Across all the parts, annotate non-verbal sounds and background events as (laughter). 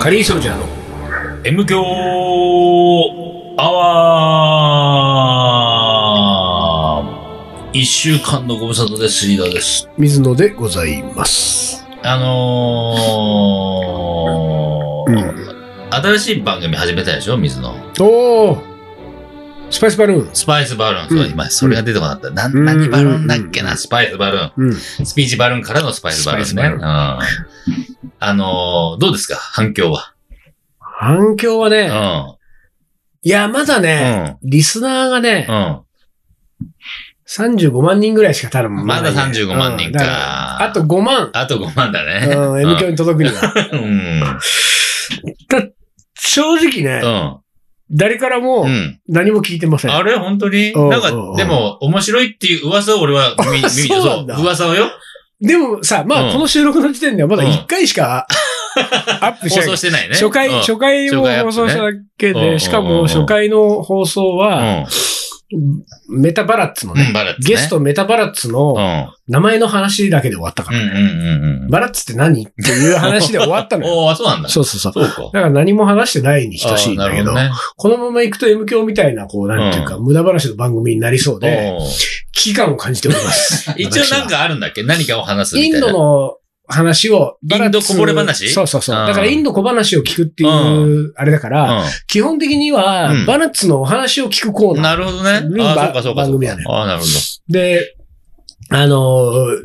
カリーソルジャーの M 強アワー一週間のご無沙汰です、リーダーです。水野でございます。あのうーん。新しい番組始めたでしょ、水野。おースパイスバルーン。スパイスバルーン。そううん今、それが出てこなかった。なうんん何バルーンだっけな、スパイスバルーうん。ン。スピーチバルーンからのスパイスバルーンね。スパイスうん。あのーどうですか反響は。反響はね、ういや、まだん。うね、ん。リスナーがね、うん。 35万人ぐらいしか多分まだ35万人かうんだらあと5万、あと5万だうね。ん、M 響に届くには。うん。正直ね、うん。誰からもうん。何も聞いてません。あれ本当にうんなんうんうか、んでも、面白いっていう噂を俺は耳に、耳にそうなんだそう噂をよ。でもさ、まうあ、んこの収録の時点ではまだうん1回しかアップ放してない送。してないね。初回、うん初回を初回アップね放送しただけうんうんうんうで、んしかも初回の放送は、メタバラッツのうん。うねん、、バラッツね。ゲストメタバラッツうのん。名前の話だけで終わったかうんら。うんうんうん。バラッツって何っていう話で終わったのよ。 (laughs) おー、あそうなんだ。そうそうそう。そうか。だから何も話してないに等しいんあーだなけるほど、どね。このまま行くと M 教みたいな、こう、なんていうか、無駄話の番組になりそうで、おー危機感を感じております。 (laughs) 一応な私んは、かあるんだっけ何かを話す (laughs) みインたいな。ドの話を、バラッツインドこぼれ話そうそうそう。うんだからインド小話を聞くっていう、あれだから、基本的には、うんバラッツのお話を聞くコうーん。ナー。なるほどね。あうんー、ばそうかそうか番そう組やかね。あー、なるほで、あのー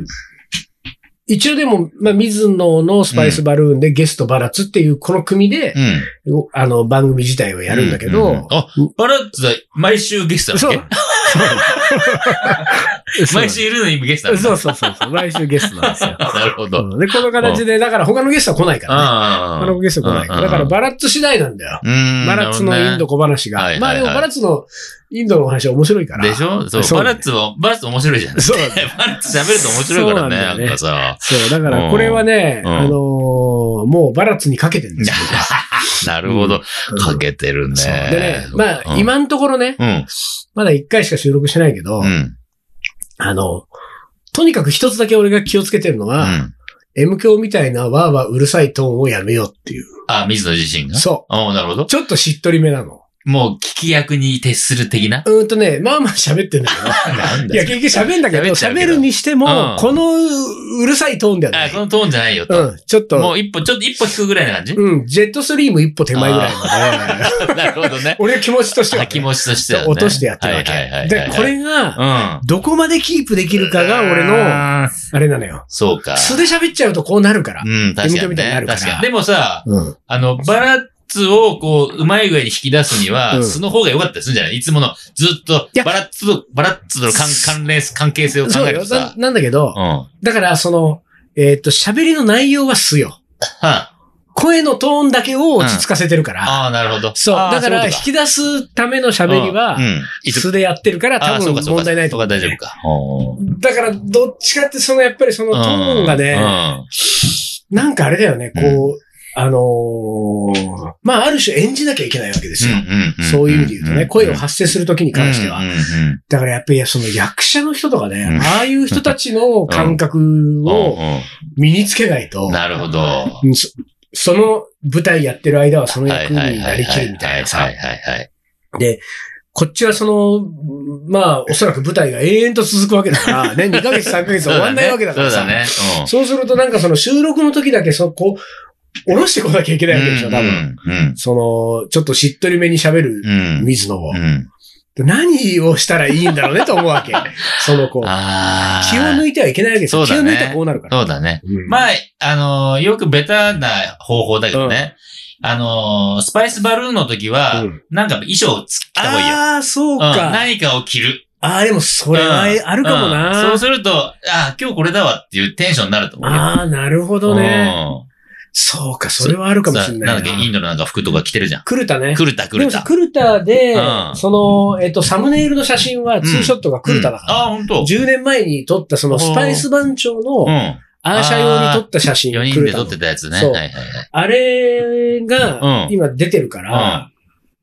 一応でも、まあ、水野のスパイスバルーンでゲストバラッツっていうこの組でど。う、ん。あの、番組自体をやるんだけど、ううあ、バラッツは毎週ゲストだっそうけ。毎週いるのにゲストそうなんだそうそうそう。毎週ゲストなんです (laughs) よ。なるほど。うんで、この形で、だから他のゲストは来ないからね。あ他のゲストは来ないから。だからバラッツ次第なんだよ。うんバラッツのインド小話はが。いまあはいではもいバラッツのインドのお話は面白いから。でしょそうそうバラッツも、バラッツ面白いじゃん。そうなんだバラッツ喋ると面白いかそうならんね、だなよんねかさ。そう、だからこれはね、うんうんあのーもうバラッツにかけてるんですよ。 (laughs) なるほど。うんかけてるね。そうでね、まあ、うん、今のところね、うん。まだ1回しか収録してないけど、うん。うん。あの、とにかく一つだけ俺が気をつけてるのは、M 教みたいなわーわーうるさいトーンをやめようっていう。あ、水野自身が。そあなるほどう。。ちょっとしっとりめなの。もう聞き役に徹する的な。うーんとね、まあまあ喋ってんだけ (laughs) なんど。いや、だよ。結局喋んだけど、喋っちゃうけ喋どるにしても、うんこのうるさいトーンではなあ、いこ。のトーンじゃないよと。うん、ちょっもと、う一歩、ちょっと一歩引くぐらいな感じうん、ジェットストリーム一歩手前ぐらいまで、 (laughs) なるほどね。 (laughs) 俺気持ちとしてはあね、気持ちとしてはね。落としてやってるわはいはいはいけ。はいで、これが、うん。どこまでキープできるかが俺の、あの、れなのよ。そうか。素で喋っちゃうとこうなるから。うん、確読かみ手にみたいになね。るから確かに。でもさ、うん。あの、バラッツをこう、うまい具合に引き出すには、うん素の方が良かったりするんじゃないいつもの、ずっとい、やバラッツと、バラッツとの関関連、関係性を考そうえるよと。さな。なんだけどうん。、はだから、その、えーっと、喋りの内容は素よ。あ声のトーンだけを落ち着かせてるから。あー、なるほど。そう。あーだから、引き出すための喋りはう、ん。いつ素でやってるから、あ多ーそう分かそうか問題ないとと思かう。大丈夫か。うんだから、どっちかって、その、やっぱりそのトーンがね、なんかあれだよね、こう、あのー、まあ、ある種演じなきゃいけないわけですよ。そういう意味で言うとね、声を発声するときにに関しては。だからやっぱりその役者の人とかうねん、ああいう人たちの感覚を身につけないと、なるほど。はうんそその舞台やってる間はそのい役になりきるみたいなはさい。はいはい。で、こっちはその、まあ、おそらく舞台が永遠と続くわけだから、ね、2ヶ月、3ヶ月そ終うわだんねないわけだからそうさだ。ね。うんそうするとなんかその収録の時だけそこ、下ろしてこなきゃいけないわけでしょ、多分。うん。その、ちょっとしっとりめに喋るうん。水野をう。ん。で何をしたらいいんだろうねと思う (laughs) わけ。その子。ああ。気を抜いいてはいけないわけですよ。気そをうだね抜いたらこうなるから。そうだね。うんまあ、あのー、よくベタな方法だけどね。あのー、スパイスバルーンの時は、うんなんか衣装を着た方がいいよ。ああ、そううんか。何かを着る。ああ、でもそれはうんあるかもうんそなう。すると、ああ、今日これだわっていうテンションになると思うよ。ああ、なるほどね。そうか、それはあるうかん。もさしれななんいだっけ、インな。ドのなんか服とか着てるじゃん。クルタね。クルタ、クでルもさタ。クルタでう、んその、えっと、サムネイルの写真は、ツーショットがクルタだうんかああ、ほんとら。。10年前に撮った、その、スパイス番長うのん。アーシャ用に撮った写真。 4ク人ルでタ撮のってたやつね。そうはいはいあれがう、ん今出てるかはい。うんら、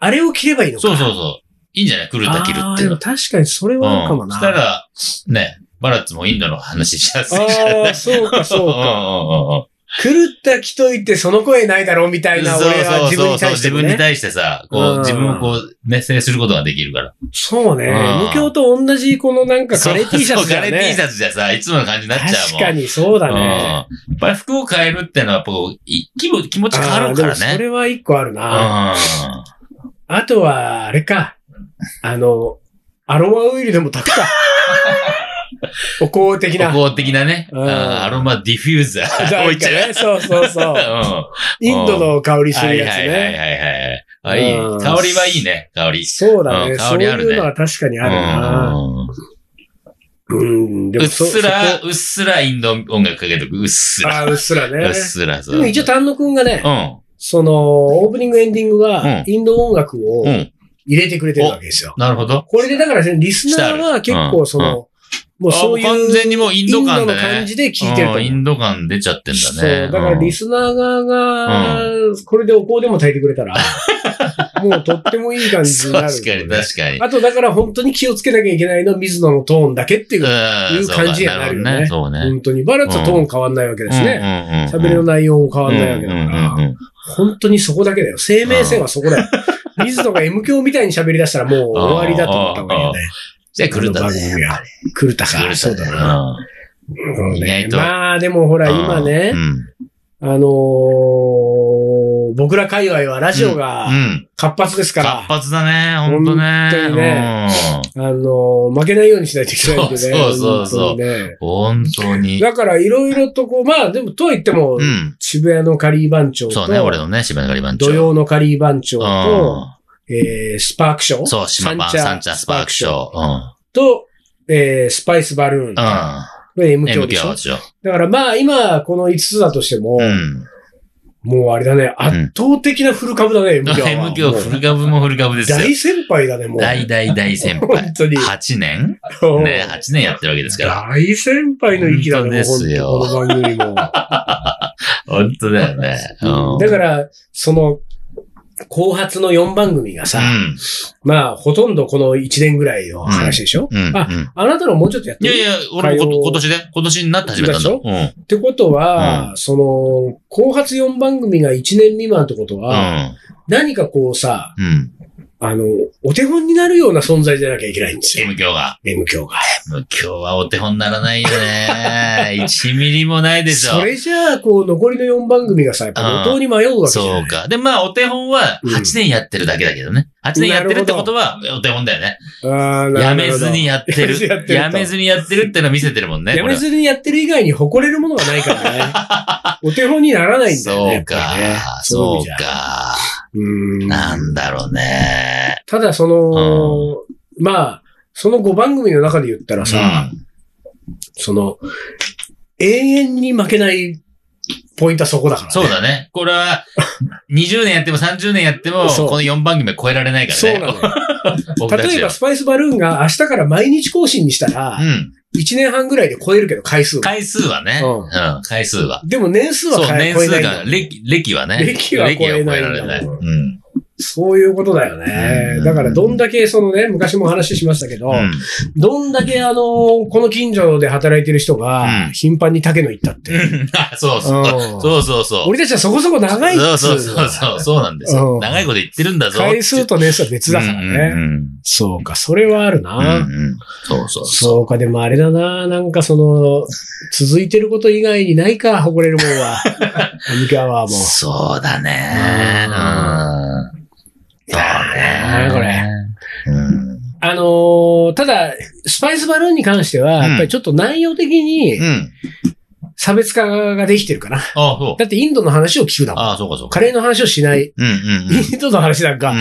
あれを着ればいいのか。そうそうそう。いいんじゃないクルタ着るあっあていでうのもは。確かにそれはあるかもうんな。そしたら、ね、バラッツもインドの話しやすいじゃん。 (laughs) ああ、そうか、そうか。か。狂った気といってその声ないだろうみたいな、そう俺は自分に対して、ね。自分に対してさ、こうんう、自分をこう、熱制することができるから。そうね。うん無教と同じこのなんかそカうレー T シャツそうだガよレー T ねシ。ャツじゃさ、いつもの感じになっちゃうもん。確かにそうだね。うん。やっぱり服を変えるってのは、やっぱこう、い気分、気持ち変わあーるでかもらそね。れは一個あるうな。ん。あとは、あれか。あの、アロマオイルでも炊く (laughs) か。お香的な。歩行的なね。うんうんアロマディフューザー。な置いんちかゃうね。。そうそうそうう。ん。インドの香りすはるいやつはいはいね。はいはい。あ、いいねうん。香りはいいね、香り。そうだうね。んそ香うりあるねいうのは確かにあるな。ううんん。でうもっそすそら、こうっすらインド音楽かけとく。うっすら。あーうっすらうねっ。すら、そでう。も一応丹野くんがねう、ん。その、オープニングエンディングはうん、インド音楽をうん。入れてくれてるわけですよ。なるほど。これでだから、リスナーは結構そうんの、もうそういう、あもう完全にもうインド感だねインの感じで聞いてると思うんインド感出ちゃってんそうだね。だからリスナー側が、これでお香でも炊いてくれ (laughs) たら、もうとってもいい感じうにんなる、確かに確かに。あとだから本当に気をつけなきゃいけないのは水野のトーンだけっていう。いいう感じにはなるよねそうだなるほどね。そうね。本当に。バラッツはトーン変わんないわけですね。ね喋りの内容も変わんないわけだうかんうんらうんう。ん本当にそこだけだよ。生命線はそこだよ。 (laughs) 水野が M 教みたいに喋り出したらもう終わりだと思った方がいいよね。じゃあ来るんだこの番ね。組は来るた来か。るそうだな。な。うん意外とまあでもほらうん今ねう、ん。あのー僕ら界隈はラジオがうん。活発ですか活ら、発だね。ほんと本ね。当にねうん。あのー負けないようにしないといけないんでね。 (laughs) そうそうそうそ本当うにね本当に。だからいろいろとこう、まあでもとは言っても、うん。渋谷のカリー番長そと、うね、俺のね、島のガリバンチョ土曜のカリー番長と、うえースパークショん。ーそう、島パン、サンチャスパークショー。うん。と、えースパイスバルーン。うこれ M ん。響 M でし教ょでしょ。だからまあ今この5つだとしても、うん。もうあれだね、圧倒的なフル株だね、M 響は。 M 教、もうフルガブもフルガブですよ。大先輩だね、もう。大大大先輩本。当に。 8年ね、8年やってるわけですから。大先輩の域だね、もう本当ですよ本当この番組も。本当だよね。 (laughs) うん。だから、その、後発の4番組がさ、まあ、ほとんどこの1年ぐらいの話でしょ、うん。うん。あうんあなたのもうちょっとやっいてやるいや、俺もこと今年で、今年になって始めたんだ。でうん。うん。ってことは、うその、後発4番組が1年未満ってことは、何かこうさ、うん。あの、お手本になるような存在じゃなきゃいけないんですよ。 M 教が。 M 教が。 M 教はお手本にならないよ (laughs) ね。1ミリもないでしょ。それじゃあ、こう、残りの4番組がさ、やっぱ路頭に迷うわけじゃないそうか。で、まあ、お手本はうん8年やってるだけだけどね。8年やってるってことは、お手本だよね。あーなやるめほどずにやってる。ややめめずずにやってるってのは見せてるもんね。やめにずにやってる以外に誇れるものがないから (laughs) ね。お手本にならないんだよね。そうかやっぱりね。そういう意味そうじゃか。うんなんだろうね。ただ、その、まあ、その5番組の中で言ったらさ、うんその、永遠に負けないポイントはそこだからね。そうだね。これは、20年やっても30年やっても、そうこの4番組は超えられないかそうらなね。のよ。僕た例ちえはば、。スパイスバルーンが明日から毎日更新にしたらう、ん。 1年半ぐらいで超えるけど、回数は。回数はね。うんうん。回数は。でも年数はそう、超え年超え数ないんが、だよ。歴、歴はね。歴は超えないんだもん歴は超うん。そういうことだよね。うんだから、どんだけ、そのね、昔も話しましたけど、うん。どんだけあの、この近所で働いてる人うが、ん頻繁に竹野行ったって。あそううそんう。そうそうそう。俺たちはそこそこ長いっつそううそうそうそう。そうなんですうよ。ん長いこと言ってるんだぞ。回数と年数は別だからね。うんうんそうか、それはあるうんな。うんうんそうそうそう。そうか、でもあれだな。なんかその、続いてること以外にないか、誇れるもんは。 (laughs) ミキアワーも。そうだね。ううん。そうだね。これ。うん。あのーただ、スパイスバルーンに関しては、うんやっぱりちょっと内容的にうん。差別化ができてるかな。あそう。だってインドの話を聞くだもん。あそうかそうカか。レーの話をしない。うんうんうん。インドの話なんうんか、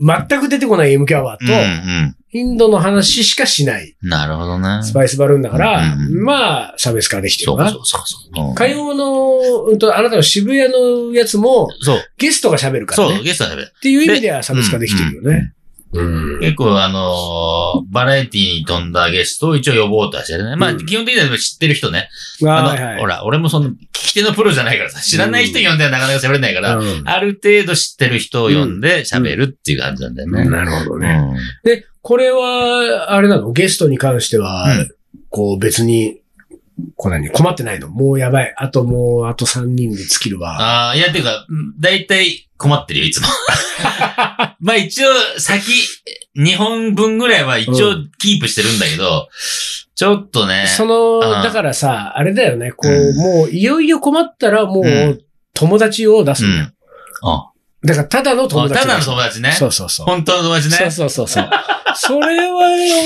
全く出てこない MK アワーうん。うんと、インドの話しかしない。うん。なるほどね。スパイスバルーンだから、うんうんまあ、差別化できてそるうかかなそ。うそうそう。うん火曜の、うんと、あなたの渋谷のやつも、そう。ゲストが喋るからそね。う、っゲストだべ。ていう意味では差別化できてるよね。うん結構あのーバラエティに富んだゲストを一応呼ぼうとはしてるね。まあ、うん基本的には知ってる人ね。あの、はいはいほら、俺もその、聞き手のプロじゃないからさ、知らない人呼んではなかなか喋れないから、うんある程度知ってる人を呼んで喋るっていう感じなんだよね。なるほどうね。んで、これは、あれなのゲストに関してはうん、こう別に、こんなに困ってないの。もうやばい。あともう、あと3人で尽きるわ。ああ、いや、ていうか、だいたい困ってるよ、いつも。 (laughs) まあ一応、先、2本分ぐらいは一う応キープしてるんだけど、ちょっとね。その、うんだからさ、あれだよね。こう、うんもう、いよいよ困ったら、もう、うん友達を出すうんだよ。ん。あだから、ただの友あ達ただの友友達ね。そうそうそう。本当の友達ね。そうそうそうそう。それは、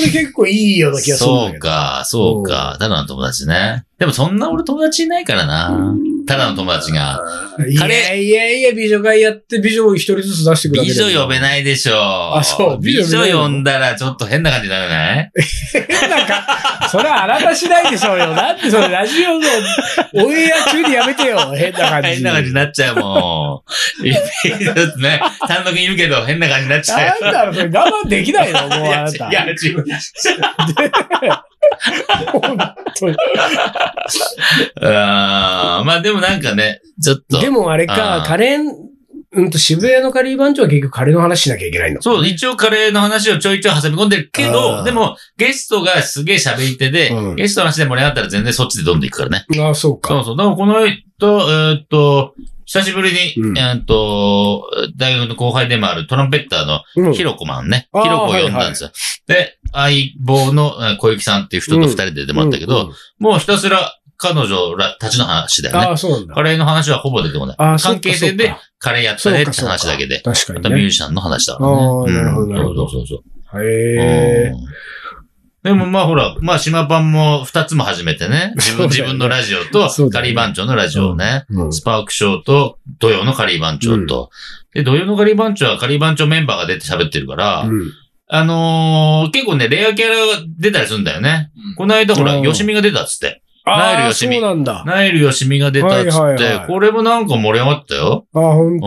俺結構いいような気がするんだそけど。うか、そうか。ただの友達ね。でもそんな俺友達いないからな。ただの友達が。いやいやいや、美女会やって美女を一人ずつ出してくる美女呼べい。ないでしょ。あそう美美女呼べない女呼んだらちょっと変な感じにならないなんか、それはあらたしないでしょうよ。なんでそれラジオのオンエア中にやめてよ。変な感じ。変な感じになっちゃうもん。いやちょっとね、単独にいるけど変な感じになっちゃう。なんだろう、それ我慢できないのもういあやなちた。いや、違う。本当にあーまあでもなんかね、ちょっとで。もあれあか、ーカレー、うんと渋谷のカリー番長は結局カレーの話しなきゃいけないの。そう、一応カレーの話をちょいちょい挟み込んでるけあど、ーでも、ゲストがすげえ喋り手で、うんゲストの話で盛り上がったら全然そっちでどんどん行くからね。ああ、そうか。そうそう。だからこの間、えーっと、久しぶりに、うんえーっと、大学の後輩でもあるトランペッターのうんヒロコマンね。あーヒロコを呼んだんですよ。で、相棒のえー小雪さんっていう人と二人で出てもらったけど、うんうんもうひたすら彼女らたちの話だよねあ。あ、そうなんだ。カレーの話はほぼ出てこない。ああ、そっ関か係性で、カレーやったそうねかって話だけで。。そうか確まかたにミューね。ジシャンの話だからね。あーなるほどうんなるほどそうそうそうへえ。でもまあほら、まあ島版も二つも始めて (laughs) ね。自そ分うだ自よね分のラジオとそう、だカよねリー番長のラジオをね。うんスパークショーと、土曜のカリー番長と。で、土曜のカリー番長はカリー番長メンバーが出て喋ってるから、うんあのー、結構ね、レアキャラが出たりするんだよね。この間ほうら、んよしみが出たっつって。ナイルああ、よしそみうなんだ。あナイルよしみが出たっつって、はいはいはいこれもなんか盛り上がったよ。あ、ほんうと。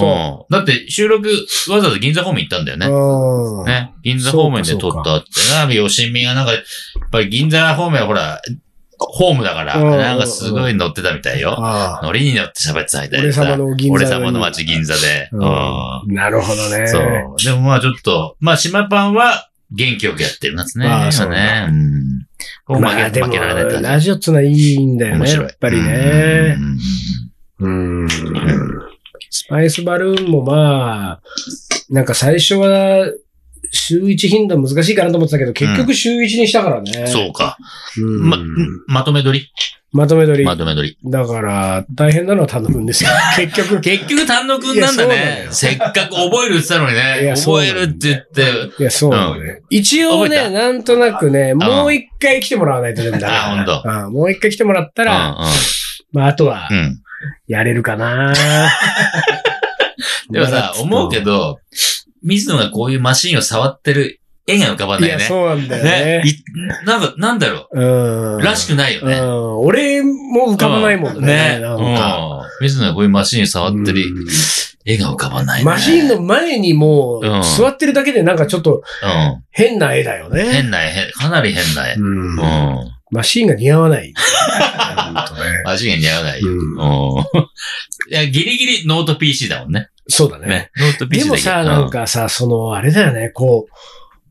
ん。だって収録、わざわざ銀座方面行ったんだよね。うんね、銀座方面で撮ったってな、よしみがなんか、やっぱり銀座方面はほら、ホームだから、うんうんうんなんかすごい乗ってたみたいよ。ああ乗りに乗って喋ってたみたい俺で様さ。の銀座。俺様の街銀座で。ううんん。なるほどね。そう。でもまあちょっと、まあ島パンは元気よくやってるんですね。ああ今ね。うん。こう負まあけ、で負も、けられないって感じ。ラジオってのはいいんだよ面ね、や白い。っぱりねう。ん。うん。スパイスバルーンもまあ、なんか最初は、週1頻度難しいかなと思ってたけど、結局週1にしたからね。そうか。うん。ま、まとめ撮りまとめ取り。まとめ撮り。だから、大変なのは頼むん (laughs) ですよ。結局。結局単独なんいだやそうなのねよ。せっかく覚えるって言ってたのにいね。やそう覚なのえるって言って。いや、そうなのね一応覚えね、たなんとなくね、んもう一回来てもらわないとダメだな。あほんとうんもう一回来てもらったら、まあ、あとはう、んうん。やれるか (laughs) なでもさ、思うけど、水野がこういうマシンを触ってる絵が浮かばいないや、ね。そうなんだよね。。ねいなんか、なんだろうん。う。らしくないようね。ん。俺も浮かばないもんね。ね。なうんかん。水野がこういうマシン触ってるうん絵が浮かばないね。マシーンの前にもううん、座ってるだけでなんかちょっとう変な絵だよん。ね。変な絵、変かなり変な絵。ううんん。マシーンが似合わ (laughs) ない。ほんとねマシンに似合わないよ。ううんん。 (laughs) いや、ギリギリノート PC だもんね。そうだね。ね。ノート PC でだもさ、なんか、かさ、その、あれだよね、こう、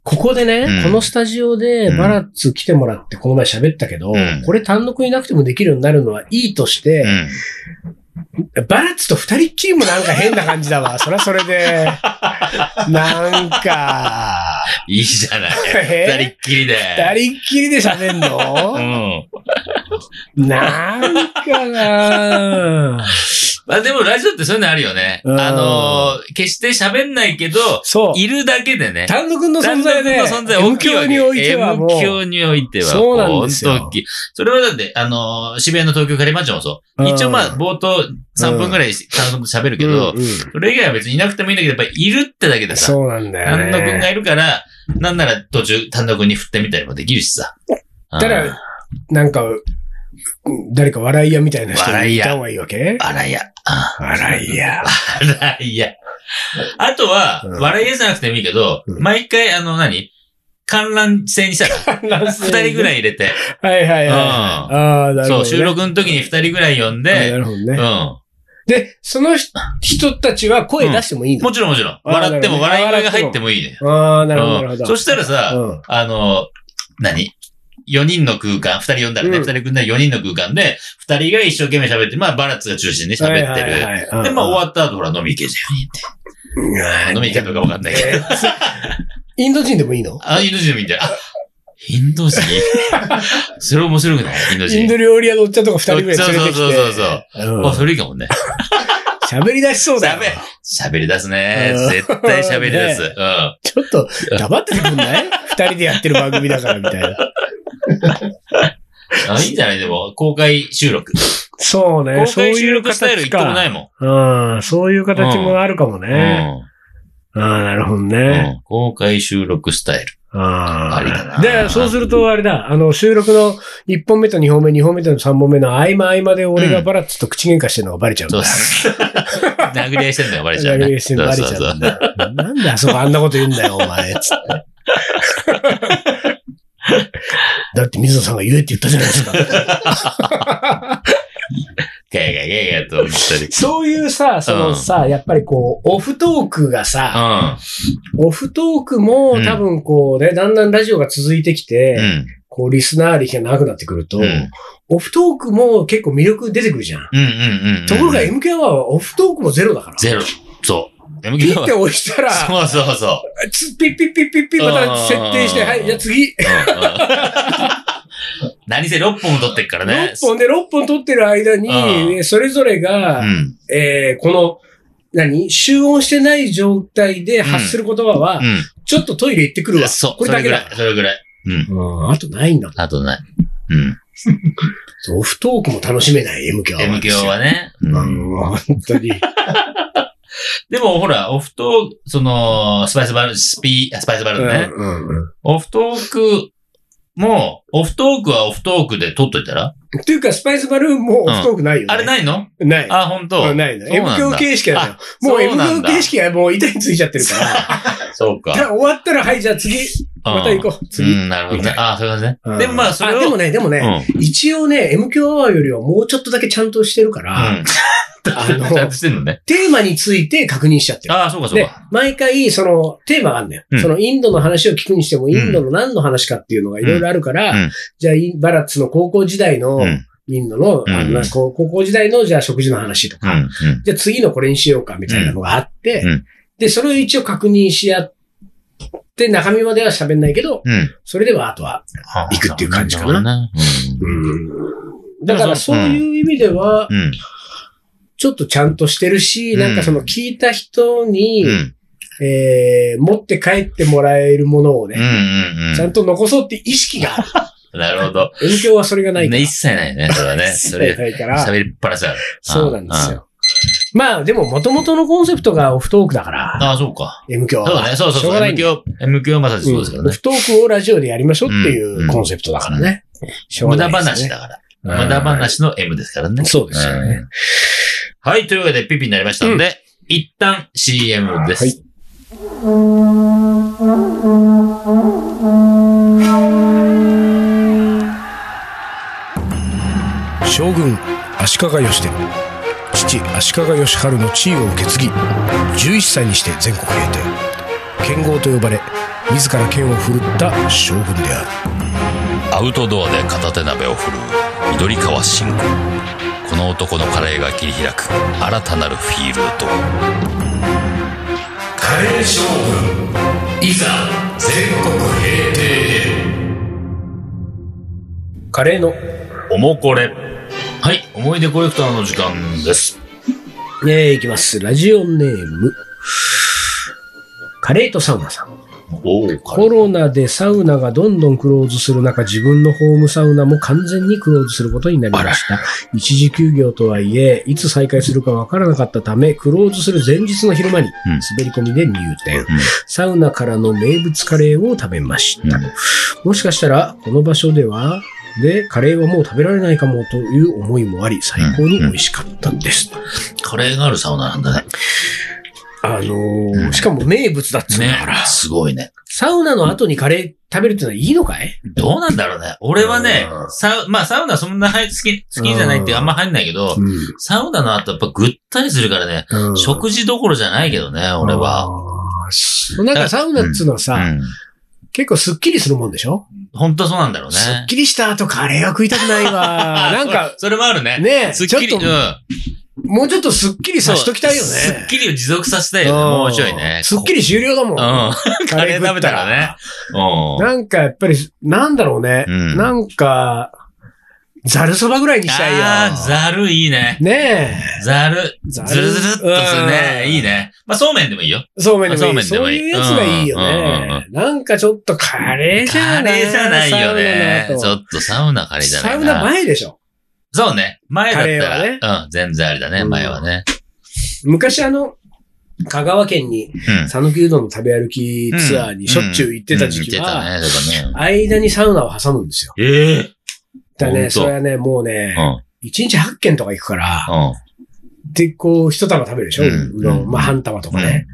ここでね、うんこのスタジオでうんバラッツ来てもらってこの前喋ったけど、うんこれ単独いなくてもできるようになるのはいいとしうん。うて、んバラッツと二人っきりもなんか変な感じだ (laughs) わ。そりゃそれで。なんか、いいじゃない。二人えっきりで。二人っきりで喋んうのん。なんかなまあでもラジオってそういうのあるよね。うんあのー、決して喋んないけど、そう。いるだけでね。単独の存在で、単独の存在大きいわけ。においてはもう。 M 響においては、そうなんですよもう本当大きい。それはだって、あのー、渋谷の東京カレーマンションもそう。うん一応まあ、冒頭3分くらい単独で喋るけど、うんうんそれ以外は別にいなくてもいいんだけど、やっぱりいるってだけでさ、そうなんだよね。単独がいるから、なんなら途中単独に振ってみたりもできるしさ。ただうん、なんか、誰か笑い屋みたいな人笑にいい屋た方がいいわけあらや。笑い (laughs) 屋。笑いや。あとは、うん笑いやじゃなくてもいいけど、うん毎回、あの何、観覧制にしたら、二人ぐらい。い入れて、はいはいはい。うんああ、なるほそどね。う、収録の時に二人ぐらい呼んあで、なるほどうん。ね。で、その人人たちは声出してもいいのもちろんもちろん。あー笑ってもなる笑ほどねい声が入ってもいいね。ああ、なるほど、なるうほん。ど。そしたらさ、うんあの、何4人の空間、2人呼んだらね、うん2人組んだら4人の空間で、2人が一生懸命喋って、まあ、バラッツが中心に喋ってる。るで、まあ、終わった後、ほら、飲み行けじゃん。飲み行けとかわかんないけど。インド人でもいいのあ、インド人みたいな。あ、インド人 (laughs) それ面白くないインドイン人。ド料理屋のおっちゃんとか二人ぐらい連れてきて。そうそうそうそううんあ、それいいかもね。喋り出しそうだよ喋。喋り出すねうん。絶対喋り出す。うん。ちょっと黙っててくんない二人でやってる番組だからみたいな。あいいんじゃないでも、公開収録。そうね。公そう開収いう録スタイル形一個もなか。いもうん。そういう形もあるかもん。うね。ああ、なるほどん。ね。うん公開収録スタイル。あありだあ。なで、そうするとあれだ、あの、収録の1本目と2本目、2本目と3本目の合間合間で俺がバラッツと口喧嘩してるのがバレちゃうかそうらっ。 (laughs) す。殴り合いしてんのよ、バレちゃうね。殴り合いしてんのバレちゃうそうそうそうなんであそこあんなこと言うんだよ、お前。つって。だって水野さんが言えって言ったじゃないですか。ガヤガヤガヤガヤと思ったり。そういうさ、そのさ、やっぱりこう、オフトークがさ、オフトークもうん多分こうね、だんだんラジオが続いてきて、うん。うん。こう、リスナー歴が長くなってくると、うんオフトークも結構魅力出てくるじゃん。うんうんうんうん。ところが MK はオフトークもゼロだから。ゼロ。そう。MK ピッはて押したら、そうそうそう。つピッピッピッピッピッまた設定して、うんはい、じゃあ次、うんうん (laughs) 何せ6本撮ってっからね。 6本で6本撮ってる間うに、それぞれが、うん。えーこの、何集音してない状態で発する言葉は、うちょっとトイレ行ってくるわ。ん。そう。これだけだ。それぐらい。それぐらい。うん。うん、あとないんだ。あとない。うん。オフトークも楽しめない、MK は。 M 響はね。う。うんん、本当に。でもほら、オフトーク、その、スパイスバル、スピー、スパイスバルね。うんうんうんオフトークも、オフトークはオフトークで撮っといたらっていうか、スパイスバルーンもオフトークないよね。あれないのない。あ、本う当んないの。そう M なんだ響形式だよ。もうそう M なん響だ形式がもう板についちゃってるから。そうじゃか。あ終わったら、はい、じゃあ次、また行こう。う次。ん、なるほどね。あ、そういうことうね。んでもまあ、それを。でもね、でもうね、ん。一応ね、M 響アワーよりはもうちょっとだけちゃんとしてるから、うん。あのちゃんとしてん (laughs) のね。テーマについて確認しちゃってる。ああ、そうかそうでか。、毎回、その、テーマがあるのよ、うんその、インドの話を聞くにしても、インドの何の話かっていうのがいろいろあるから、うんうんじゃあ、インバラッツの高校時代のう、ん。インドの、あうんのなんかこう高校時代の、じゃあ食事の話とうん。か、うん。じゃあ次のこれにしようか、みたいなのがあって、うんうんで、それを一応確認し合って、中身までは喋んないけど、うん。それではあとは、行くっていう感じかなな。うんだから、そういう意味では、うん。うん。ちょっとちゃんとしてるし、うんなんかその聞いた人に、うん。えー持って帰ってもらえるものをうん。うね、ん。ちゃんと残そうって意識があ (laughs) る。なるほど。勉強はそれがないから。ね、一切ないね。それ (laughs) はね。そ一切れ、ないから、喋りっぱなしだ。そうなんですよ。まあ、でも、元々のコンセプトがオフトークだから、ああ、そうか。 M 響そうは。ね。そうそうしょそうう。がない M んだよ響、M 響まさしそうですかうらんオね。フトークをラジオでやりましょうっていんううんコンセプトだからね。しょう無が駄ないですね話だから。うん無駄話の M ですからね。そうですよねん。はい、というわけでピピになりましたので、一旦 CM ではいす。将軍足利義で父足利義晴の地位を受け継ぎ11歳にして全国平定剣豪と呼ばれ自ら剣を振るった将軍であるアウトドアで片手鍋を振るう緑川信吾この男のカレーが切り開く新たなるフィールドカレー将軍いざ全国平定カレーの、おもこれ。はい、思い出コレクターの時間です。えー、いきます。ラジオネーム。カレーとサウナさん。おお、カレコロナでサウナがどんどんクローズする中、自分のホームサウナも完全にクローズすることになりました。一時休業とはいえ、いつ再開するかわからなかったため、クローズする前日の昼間に、滑り込みで入店、サウナからの名物カレーを食べました。もしかしたら、この場所では、で、カレーはもう食べられないかもという思いもあり、最高に美味しかったです。ーカレーがあるサウナなんだね。あのー、しかも名物だっつうんねだから、、すごいね。サウナの後にカレー食べるってのはいいのかいどうなんだろうね。俺はねう、んサウ、まあサウナそんな好き、好きじゃないっていううんあんま入んないけど、サウナの後やっぱぐったりするからね、うん食事どころじゃないけどね、俺は。あー。なんかサウナっつうのはさ、うん結構スッキリするもんでしょ本当そうなんだろうすっね。きりした後カレーは食いたくないわ。なんか、 (laughs) それもあるね。ねえ、すっちょきっり、うんと、。もうちょっとすっきりそさうしときたいよね。すっきりを持続させたいよね。うん面白いね。すっきり終了だもん。うん。カレー食べたらね。うん。なんかやっぱり、なんだろうね。うんなんか、ざるそばぐらいにしたいよ。あー、ざるいいね。ねざる。え。ざずるずるっとするね。いい。ね。まあ、そうめんでもいいよ。うんそうめんでもいい。まあそうそうめんでもいいいうやつがいいようんうんね。なんかちょっとカレーじゃカない。レーじゃないよね。サウナの後ちょっとサウナカレーじゃなサいウな。ナ前でしょ。そうね。前だったカレーら、うん、全然ありだね、うん前はね。昔あの、香川県にうん。讃岐うどんの食べ歩きツアーにしょっちゅう行ってた時期うんは、行ってたね、とかね。間にサウナを挟むんですよ。ええ。だほんね、とそれはね、もうね、1日8軒とか行くから、うん、うん。で、こう、一玉食べるでしょ、うんうどん。まあ、うん半玉とかね。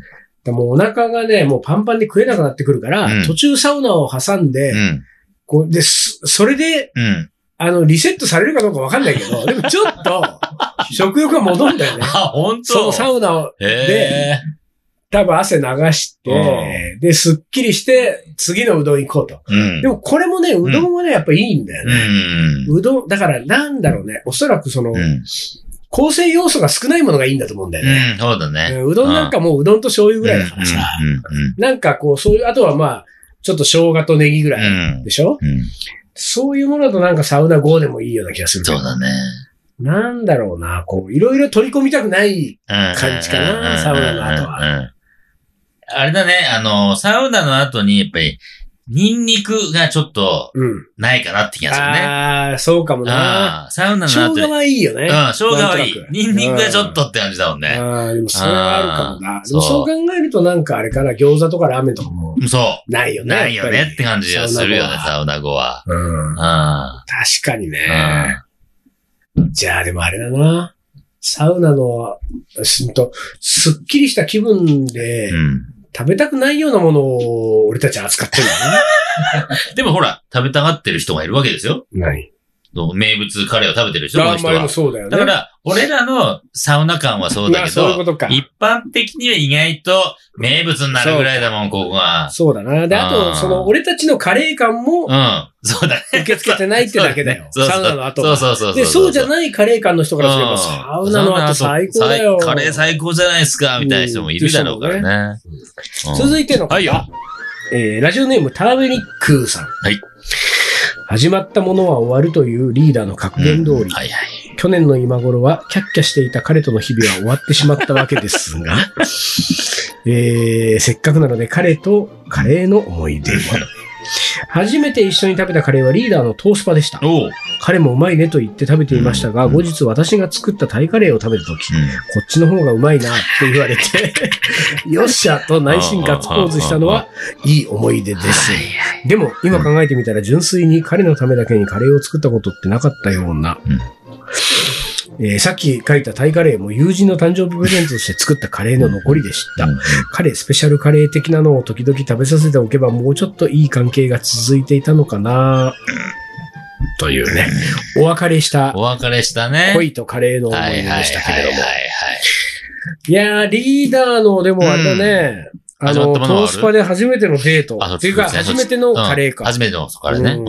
でもうお腹がね、もうパンパンで食えなくなってくるから、うん途中サウナを挟んで、うん。こう、で、すそれで、うん。あの、リセットされるかどうかわかんないけ (laughs) ど、でもちょっと、食欲が戻るんだよねあ、。本当そのサウナをえ多分汗流して、で、すっきりして、次のうどん行こうと。え。うんで。もこれもね、うどんはね、やっぱいいんだようね。ん。うどん、だからなんだろうね、おそらくその、うん。構成要素が少ないものがいいんだと思うんだよね。うん、そうだね。うんうどんなんかもううどんと醤油ぐらいだからさ。うんうんなんかこう、そういう、あとはまあ、ちょっと生姜とネギぐうらいん。でしょ、うん。うん。そういうものだとなんかサウナ5でもいいような気がする。そうだね。なんだろうな、こう、いろいろ取り込みたくない。感じかなうんサウナの後は。うんうんあれだね、あの、サウナの後に、やっぱり、ニンニクがちょっと、うん。ないかなって気がするね。ああ、そうかもな。ああ、サウナの生後に姜。はいいようね。ん、生姜はいなんいとな。くニンニクがちょっとって感じだもんね。ああ、でもそれはあるかもな。ーでもそそうう考えるとなんかあれかな、餃子とかラーメンとかもうんそないよう。ね。ないやよぱねりって感じがするよね、ササウナ後は。うん。うん。確かにね。うじゃあでもあれだな。サウナの、すんと、すっきりした気分で、ん。食べたくないようなものを俺たちは扱ってるんだでもほら、食べたがってる人がいるわけですよ。ね。名物カレーを食べてる人、この何人まあではも。そうだよね。だから、俺らのサウナ感はそうだまあけそういうこど、とか。一般的には意外と名物になるぐらいだもん、ここは。そうだな。で、ああと、ーその、俺たちのカレー感もうん。そうだね。受け付けてないってだけ (laughs) だよ。 (laughs) そうサウナの後そうは。そうそうそう。で、そうじゃないカレー感の人からすれば、サウナの後最高だよ。サウナの後最カレー最高じゃないですか、みたいな人もいるだろうからね。うん続いての方、はいよえーラジオネームターベリックーさん。い始まったものは終わるというリーダーの格言通り、うんはいはい。去年の今頃はキャッキャしていた彼との日々は終わってしまったわけですが、 (laughs) えーせっかくなので彼とカレーの思い出を。初めて一緒に食べたカレーはリーダーのトースパでした。おう。彼もうまいねと言って食べていましたが、後日私が作ったタイカレーを食べた時、こっちの方がうまいなって言われて、 (laughs) よっしゃと内心ガッツポーズしたのは、いい思い出です。でも、今考えてみたら、純粋に彼のためだけにカレーを作ったことってなかったような。えーさっき書いたタイカレーも友人の誕生日プレゼントとして作ったカレーの残りでした。彼スペシャルカレー的なのを時々食べさせておけばもうちょっといい関係が続いていたのかなというね、お別れしたお別れしたね。恋とカレーの思はいい出はいでしたけれどもはい。はいはい。いやー、リーダーの、でもあれだね、うんあ始まの、ったものトはあるースパで初めてのデート。あそっっちていうか、そうです初ねめてのカレーうんか。初めてのカレーね。うんうん。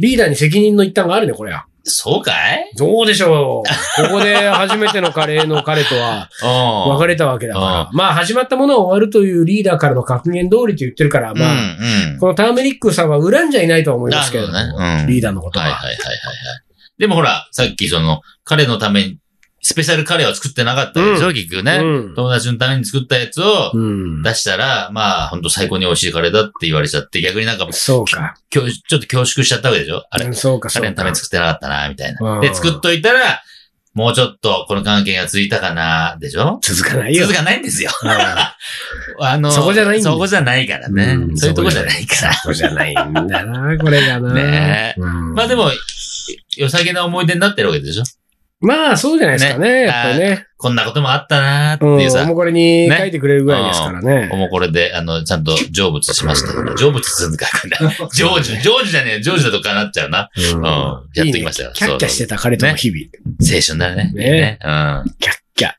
リーダーに責任の一端があるね、これは。そうかいどうでしょう。ここで初めてのカレーの彼と (laughs) はうん。別れたわけだから。うまあ、始まったものは終わるというリーダーからの格言通りと言ってるから、うんまあ、うん。このターメリックさんは恨んじゃいないとは思いますけれどもなるほどねうんリーダーのことはいは。はいはいはいはい。でもほら、さっきその、彼のために、スペシャルカレーを作ってなかったでしょ、結局ね、うん友達のために作ったやつをうん。出したら、まあ、ほんと最高に美味しいカレーだって言われちゃって、逆になんか、そうか。きょちょっと恐縮しちゃったわけでしょあれう、んそうか、そ彼うのたかめに。作ってなかったな、みたいな。うんで、作っといたら、もうちょっとこの関係がついたかな、でしょ続かないよ。続かないんですよ。 (laughs) うんあの、そこじゃないんですそこじゃないからね。うんそういうとこじゃないから。そうじゃないんだな、これがな。ねうんまあでも、良さげな思い出になってるわけでしょまあ、そうじゃないですかね、やっぱりね。こんなこともあったなーってうん、いうさもう、これに書いてくれるぐらいですからね。もうこれで、あの、ちゃんと成仏しましたから。成仏するんか、 (laughs) これ。成就、成就じゃねえ、成就だとかなっちゃうな。ううん。やっときましたよ。いいねキャッキャしてた彼との日々。そうそう青春だね。ねいいね。うん。キャッキャ。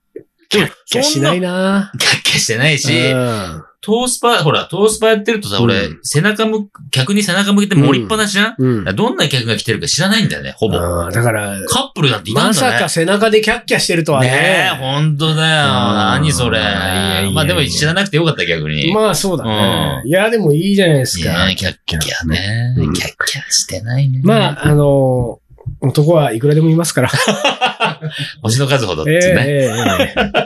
でもキャッキャしないな。キャッキャしてないし、うんトースパ、ほら、トースパやってるとさ、俺、うん背中向く、客に背中向けて盛りっぱなしじゃん、うん。どんな客が来てるか知らないんだよね、ほぼ。あーだから、カップルなんていたんまだね。さか背中でキャッキャしてるとはね。ねえ、ほんとだよ。何それ。いやいやまあでも知らなくてよかった、逆に。まあそうだね。ういや、でもいいじゃないですいかや、。キャッキャね。うんキャッキャしてないね。まあ、あのー男はいくらでもいますから。星の数ほどっえてえいうえね。 (laughs) えええ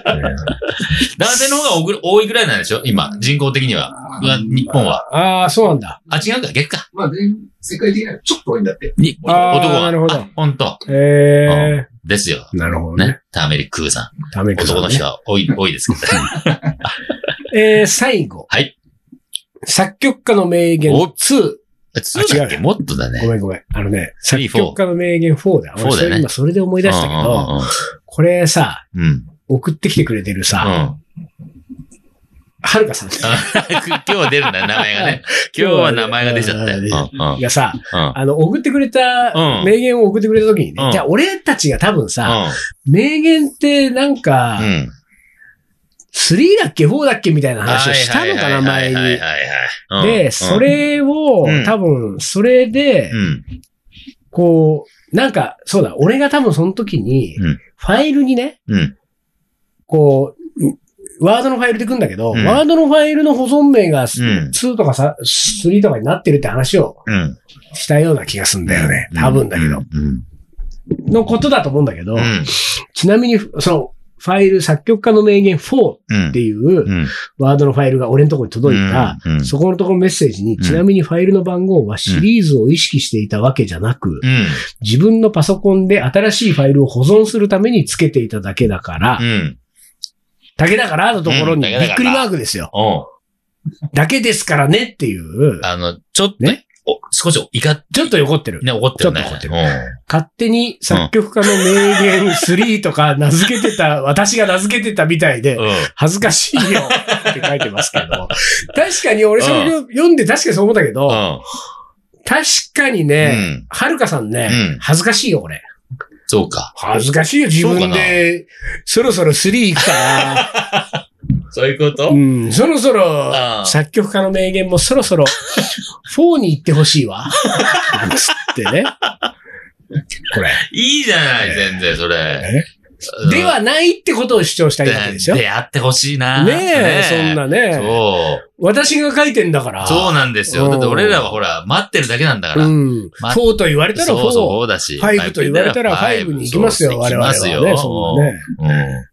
男性の方が多く多いぐらいなんでしょ今、人口的には。が日本は。ああ、そうなんだ。あ、違うか、逆か。まあ、全世界的にはちょっと多いんだって。に男あーは。なるほどあ。ほんと。ええですよ。なるほどね。ね。ターメリックーさん。ダメか、男の人は多い、多いですけど。えー、最後。はい。作曲家の名言お2。そうだっけもっとだね。ごめんごめん。あのね、作3曲家の名言4だ。 4だよね俺それ今それで思い出したけど、これさ、うんうんうん。送ってきてくれてるうん。うさ、んはるかさんあ (laughs) 今日は出るんだ、名前がね。今日は名前が出ちゃったよ。うんうんうんがさ、あの、送ってくれたう、ん名言を送ってくれた時にね、うんじゃあ俺たちが多分さ、名言ってなんか、うんうん3だっけ ?4 だっけみたいな話をしたのかな、前はいはいに。はいはいはい。うで、んそ、れをうん、多分、それでう、ん。こう、なんか、そうだ、俺が多分その時にうん、ファイルにね、うん。こう、ワードのファイルで来るんだけど、うんワードのファイルの保存名がん2とかさ3とかになってるって話をうん。したような気がするんだよね。多分だけど。うん。のことだと思うんだけどう、ん。ちなみに、その、ファイル、作曲家の名言4っうん。ていううん、ワードのファイルが俺のところに届いた、うん、そこのところのメッセージに、んちなみにファイルの番号はシリーズを意識していたわけじゃなくう、ん。自分のパソコンで新しいファイルを保存するためにつけていただけだからう、ん。だけだからのところにうんびっくりマークですよ。おうだけですからねっていう、あの、ちょっとね、お少し、いか、ちょっと怒ってる。ね、怒ってるね。ちょっと怒る。勝手に作曲家の名言3とか名付けてた、私が名付けてたみたいで、うん。恥ずかしいよって書いてますけ (laughs) ど。確かに俺それ読んで確かにそう思ったけど、うん。確かにうね、ん。はるかさんね、うん恥ずかしいよ俺。そうか。恥ずかしいよ自分で、そろそろ3行くかそういうこな。 (laughs) とうん、そろそろああ作曲家の名言もそろそろ4に行ってほしいわ。 (laughs) なんつってね。これ。いいじゃない、全然、それ。うんで、はないってことを主張したいわけですよ。ね出会ってほしいな。え、そんなね。そう。私が書いてんだから。そうなんですよ。うんだって俺らはほら、待ってるだけなんだから。うん。まあ4と言われたらそうそう、 4。そうだし。 5と言われたら5に行きますよ、そう我々はね。行きますそよ。んなね。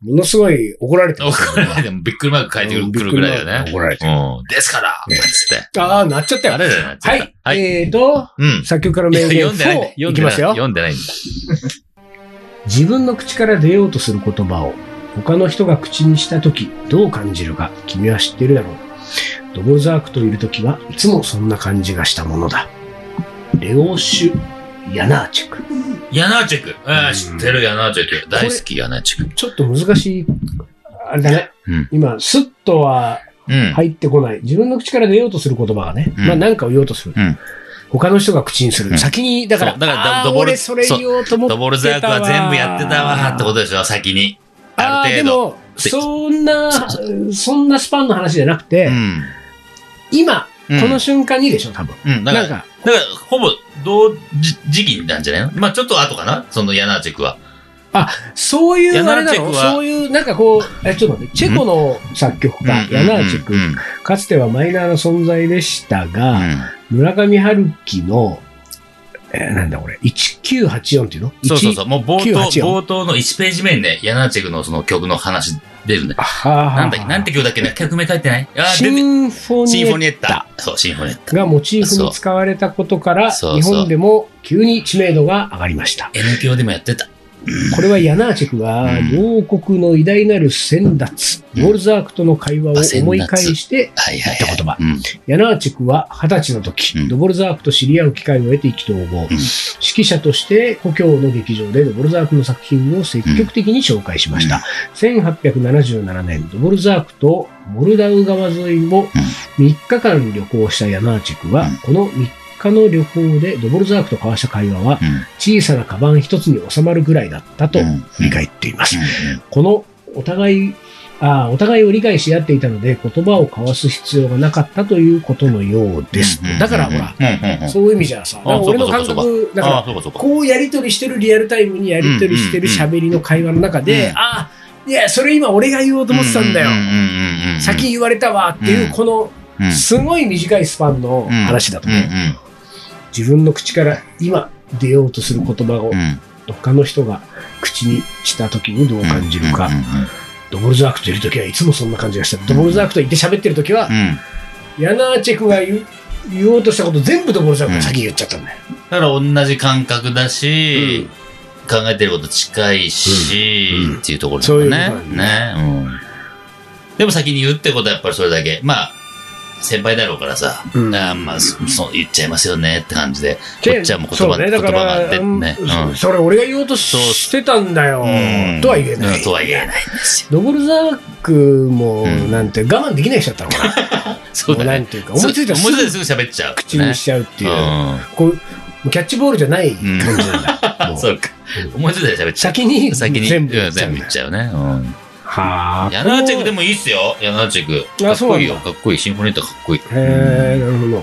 ものすごい怒られてうん。怒られてもびっくりマーク書いてくうるんくるぐらいだよびっくりマーク怒ね。られてうん。ですからつって。ああ、なっちゃったあよ。れだよね。は絶い。対はい。えーと、うん。作曲家の名いや言読んでないんだ。 4読んいきでない。ますよ。読んでないんだ。自分の口から出ようとする言葉を他の人が口にした時どう感じるか君は知ってるだろうドボルザークといる時はいつもそんな感じがしたものだレオシュ・ヤナーチェクヤナーチェク。あうんあ、知ってるヤナーチェク。大好きヤナーチェク。ちょっと難しいあれだね、うん今スッとはうん。入ってこない自分の口から出ようとする言葉がね、うんまあ何かを言おうとする、うん他の人が口にする、うん先にだからそうだからあードボル俺それ言おうと思ってたわドボルザークは全部やってたわーってことでしょ、先に。ある程度。あーでも、そんな、そんなスパンの話じゃなくて、うん。今、うんこの瞬間にでしょ、多分。うん。だかならん、か、だから、ほぼ同時時期なんじゃないのまあちょっと後かなそのヤナーチェクは。そういうあれなヤナのーチェクはそういう、なんかこう、え、ちょっと待って、チェコの作曲家、ヤナーチェうんうク、んかつてはマイナーな存在でしたが、うん村上春樹の、えーなんだこれ、1984っていうの。そうそうそうう。もう冒頭、 1984冒頭の1ページ目にね、ヤナーチェクのその曲の話出るね。あはあはあなんだっけ、なんて曲だっけね、曲名書いてないあー、シ出てンフシンフォォニニエッタタ。そう、シンフォニエッタ。エがモチーフに使われたことから、そう日そう本でも急に知名度が上がりました。 N 響でもやってた。これはヤナーチェクが両国の偉大なる先達、うんウォルザークとの会話を思い返してはいはい、言った言葉。うん。ヤナーチェクは二十歳の時、うんドボルザークと知り合う機会を得て意気投合、指揮者として故郷の劇場でドボルザークの作品を積極的に紹介しました、1877年ドボルザークとモルダウ川沿いを3日間旅行したヤナーチェクは、うんこの3日の旅行でドボルザークと交わした会話はうん小さなカバン一つに収まるぐらいだったと振り返っています、このお互いああお互いを理解し合っていたので、言葉を交わす必要がなかったということのようです。だからほら、うんうんうん。そういう意味じゃさ、だから俺の感そうか覚、だからああ、そうかそうか。こうやりとりしてるリアルタイムにやりとりしてるうんうん喋りの会話の中で、うんああ、いや、それ今俺が言おうと思ってたんだよ。ううんうんうん先言われたわっていうう、んこのうんすごい短いスパンの話だとうん思う。自分の口から今出ようとする言葉うをんうん他の人が口にした時にどう感じるかうん。ドボルザークといる時はいつもそんな感じがした。ドボルザークと言って喋ってる時はう、んヤナーチェクが言う言おうとしたこと全部ドボルザークが先言っちゃったんだよ。だから同じ感覚だし、考えてること近いし、うんうんっていうところだそうよいうね。ことだよね、うん。でも先に言うってことはやっぱりそれだけ。まあ、先輩だろうからさ、うんあーまあそそう、言っちゃいますよねって感じで、こっちはもう言そ葉,、うねだ言か葉があらってね。うんそれ俺が言おうとそうしてたんだようん。とは言えうんなういん。とは言えないんですよ。ドボルザークもんなんて我慢できない人だったのかな。そうもだうなね。んていうか、思そういついたら思すいついたぐらすぐ喋っちゃう。口にしちゃうっていうう。んこうキャッチボールじゃない感じなんだ。ね。もうそうか。思いついたら喋っちゃう。先に先に全部言うんっちゃう全んだ部言よっちゃうね。うんはあ。ヤナーチェックでもいいっすよ。ヤナーチェック。かあっそうこなんいいだよ。かっこいい。シンフォニエットかっこいい。へえ、なるほど。うん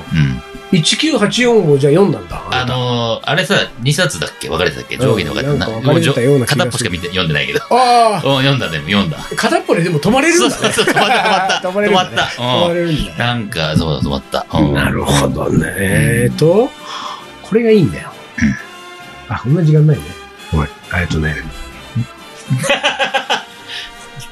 1984をじゃあ読んだんだ。あのー、あれさ、2冊だっけ分かれてたっけ上下の分かれうてんなた。んか分かれてたような気がする片っぽしか見て読んでないけど。 (laughs) あうん、読んだでも読んだ。あ、片っぽででも止まれるそんうだそうね。そう、止まった、止まった。止止ままれるんっだね止また。れるんだうん。。なんか、そうだ、止まった。うん。なるほどね。えーと、これがいいんだよ。あ、こんな時間ないね。おい、えっとね。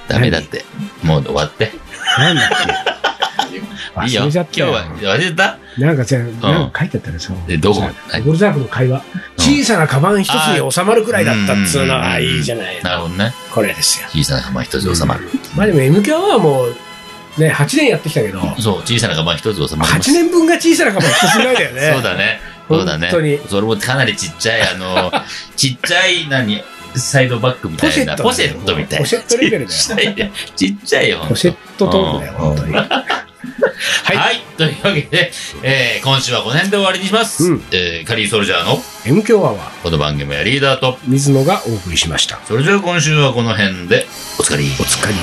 ダメだって。もう終わって。なんだっけいいよ。忘今れ日ちゃったよ。は、忘れたなんかじゃあなんか書いてあったらさ。えどこさはいゴルザークの会話。小さなカバン一つに収まるくらいだったっつうのあーは、あいいじゃない。なるほどね。これですよ。小さな釜一つ収まる。まあでも MK はもう、ね、8年やってきたけど、8そう、小さな釜一つ収まる。年分が小さなカバン一つぐらいだよね。そうだね。そうだね。本当にそれもかなりちっちゃい、(laughs) あの、ちっちゃい、何、サイドバッグみたいな。ポポシシェッェトッだよトみたいな。ポシェットレベルだよちっちゃいね。ちっちゃいよ。ポシェットトークだよ、うん本当に。はい、というわけで、えー今週はこの辺で終わりにします。うんえーカリーソルジャーの M 強アワー、この番組はリーダーと、水野がお送りしました。それじゃあ今週はこの辺で、おつかり。お疲れ。